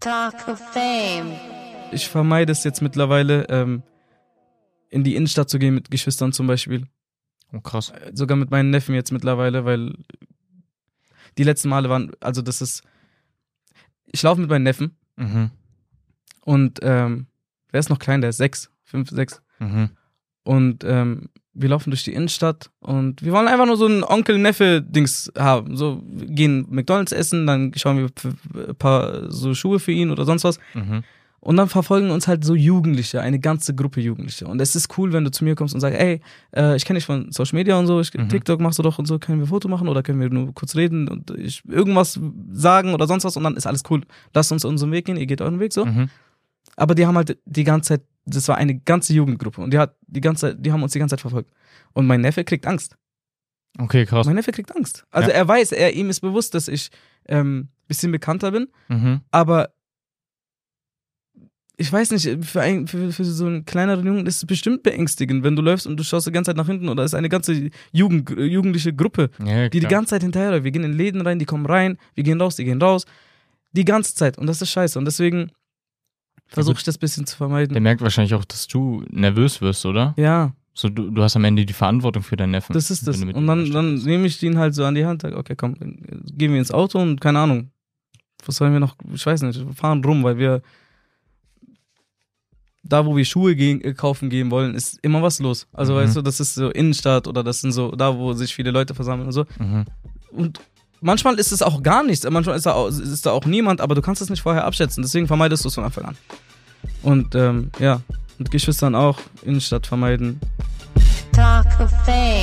Talk of Fame. Ich vermeide es jetzt mittlerweile, ähm, in die Innenstadt zu gehen mit Geschwistern zum Beispiel. Oh, krass. Äh, Sogar mit meinen Neffen jetzt mittlerweile, weil die letzten Male waren, also das ist. Ich laufe mit meinen Neffen Mhm. und ähm, wer ist noch klein? Der ist sechs, fünf, sechs. Mhm. Und ähm, wir laufen durch die Innenstadt und wir wollen einfach nur so ein Onkel-Neffe-Dings haben. So, wir gehen McDonalds essen, dann schauen wir für- für ein paar so Schuhe für ihn oder sonst was. Mhm. Und dann verfolgen uns halt so Jugendliche, eine ganze Gruppe Jugendliche. Und es ist cool, wenn du zu mir kommst und sagst, ey, äh, ich kenne dich von Social Media und so, ich, Mhm. TikTok machst du doch und so, können wir ein Foto machen oder können wir nur kurz reden und ich irgendwas sagen oder sonst was und dann ist alles cool. Lasst uns unseren Weg gehen, ihr geht euren Weg so. Mhm. Aber die haben halt die ganze Zeit, das war eine ganze Jugendgruppe und die hat die ganze Zeit, die haben uns die ganze Zeit verfolgt. Und mein Neffe kriegt Angst. Okay, krass. Mein Neffe kriegt Angst. Also Ja. er weiß, er ihm ist bewusst, dass ich ähm, bisschen bekannter bin Mhm. aber ich weiß nicht, für, ein, für, für so einen kleineren Jungen ist es bestimmt beängstigend, wenn du läufst und du schaust die ganze Zeit nach hinten oder ist eine ganze Jugend, jugendliche Gruppe, Ja, ja, die die klar. ganze Zeit hinterherläuft. Wir gehen in Läden rein, die kommen rein, wir gehen raus, die gehen raus. Die ganze Zeit. Und das ist scheiße. Und deswegen versuche ich das ein bisschen zu Der vermeiden. merkt wahrscheinlich auch, dass du nervös wirst, oder? Ja, So, du, du hast am Ende die Verantwortung für deinen Neffen. das ist das. wenn du mit Und ihm dann, da dann stehst. nehme ich den halt so an die Hand, sage, okay, komm, dann gehen wir ins Auto und keine Ahnung. Was sollen wir noch? Ich weiß nicht, wir fahren rum, weil wir da, wo wir Schuhe gehen, äh, kaufen gehen wollen, ist immer was los. Also, Mhm. weißt du, das ist so Innenstadt oder das sind so da, wo sich viele Leute versammeln und so. Mhm. Und manchmal ist es auch gar nichts, manchmal ist da auch, ist da auch niemand, aber du kannst es nicht vorher abschätzen. Deswegen vermeidest du es von Anfang an. Und ähm, ja, mit Geschwistern auch Innenstadt vermeiden. Talk of Fame.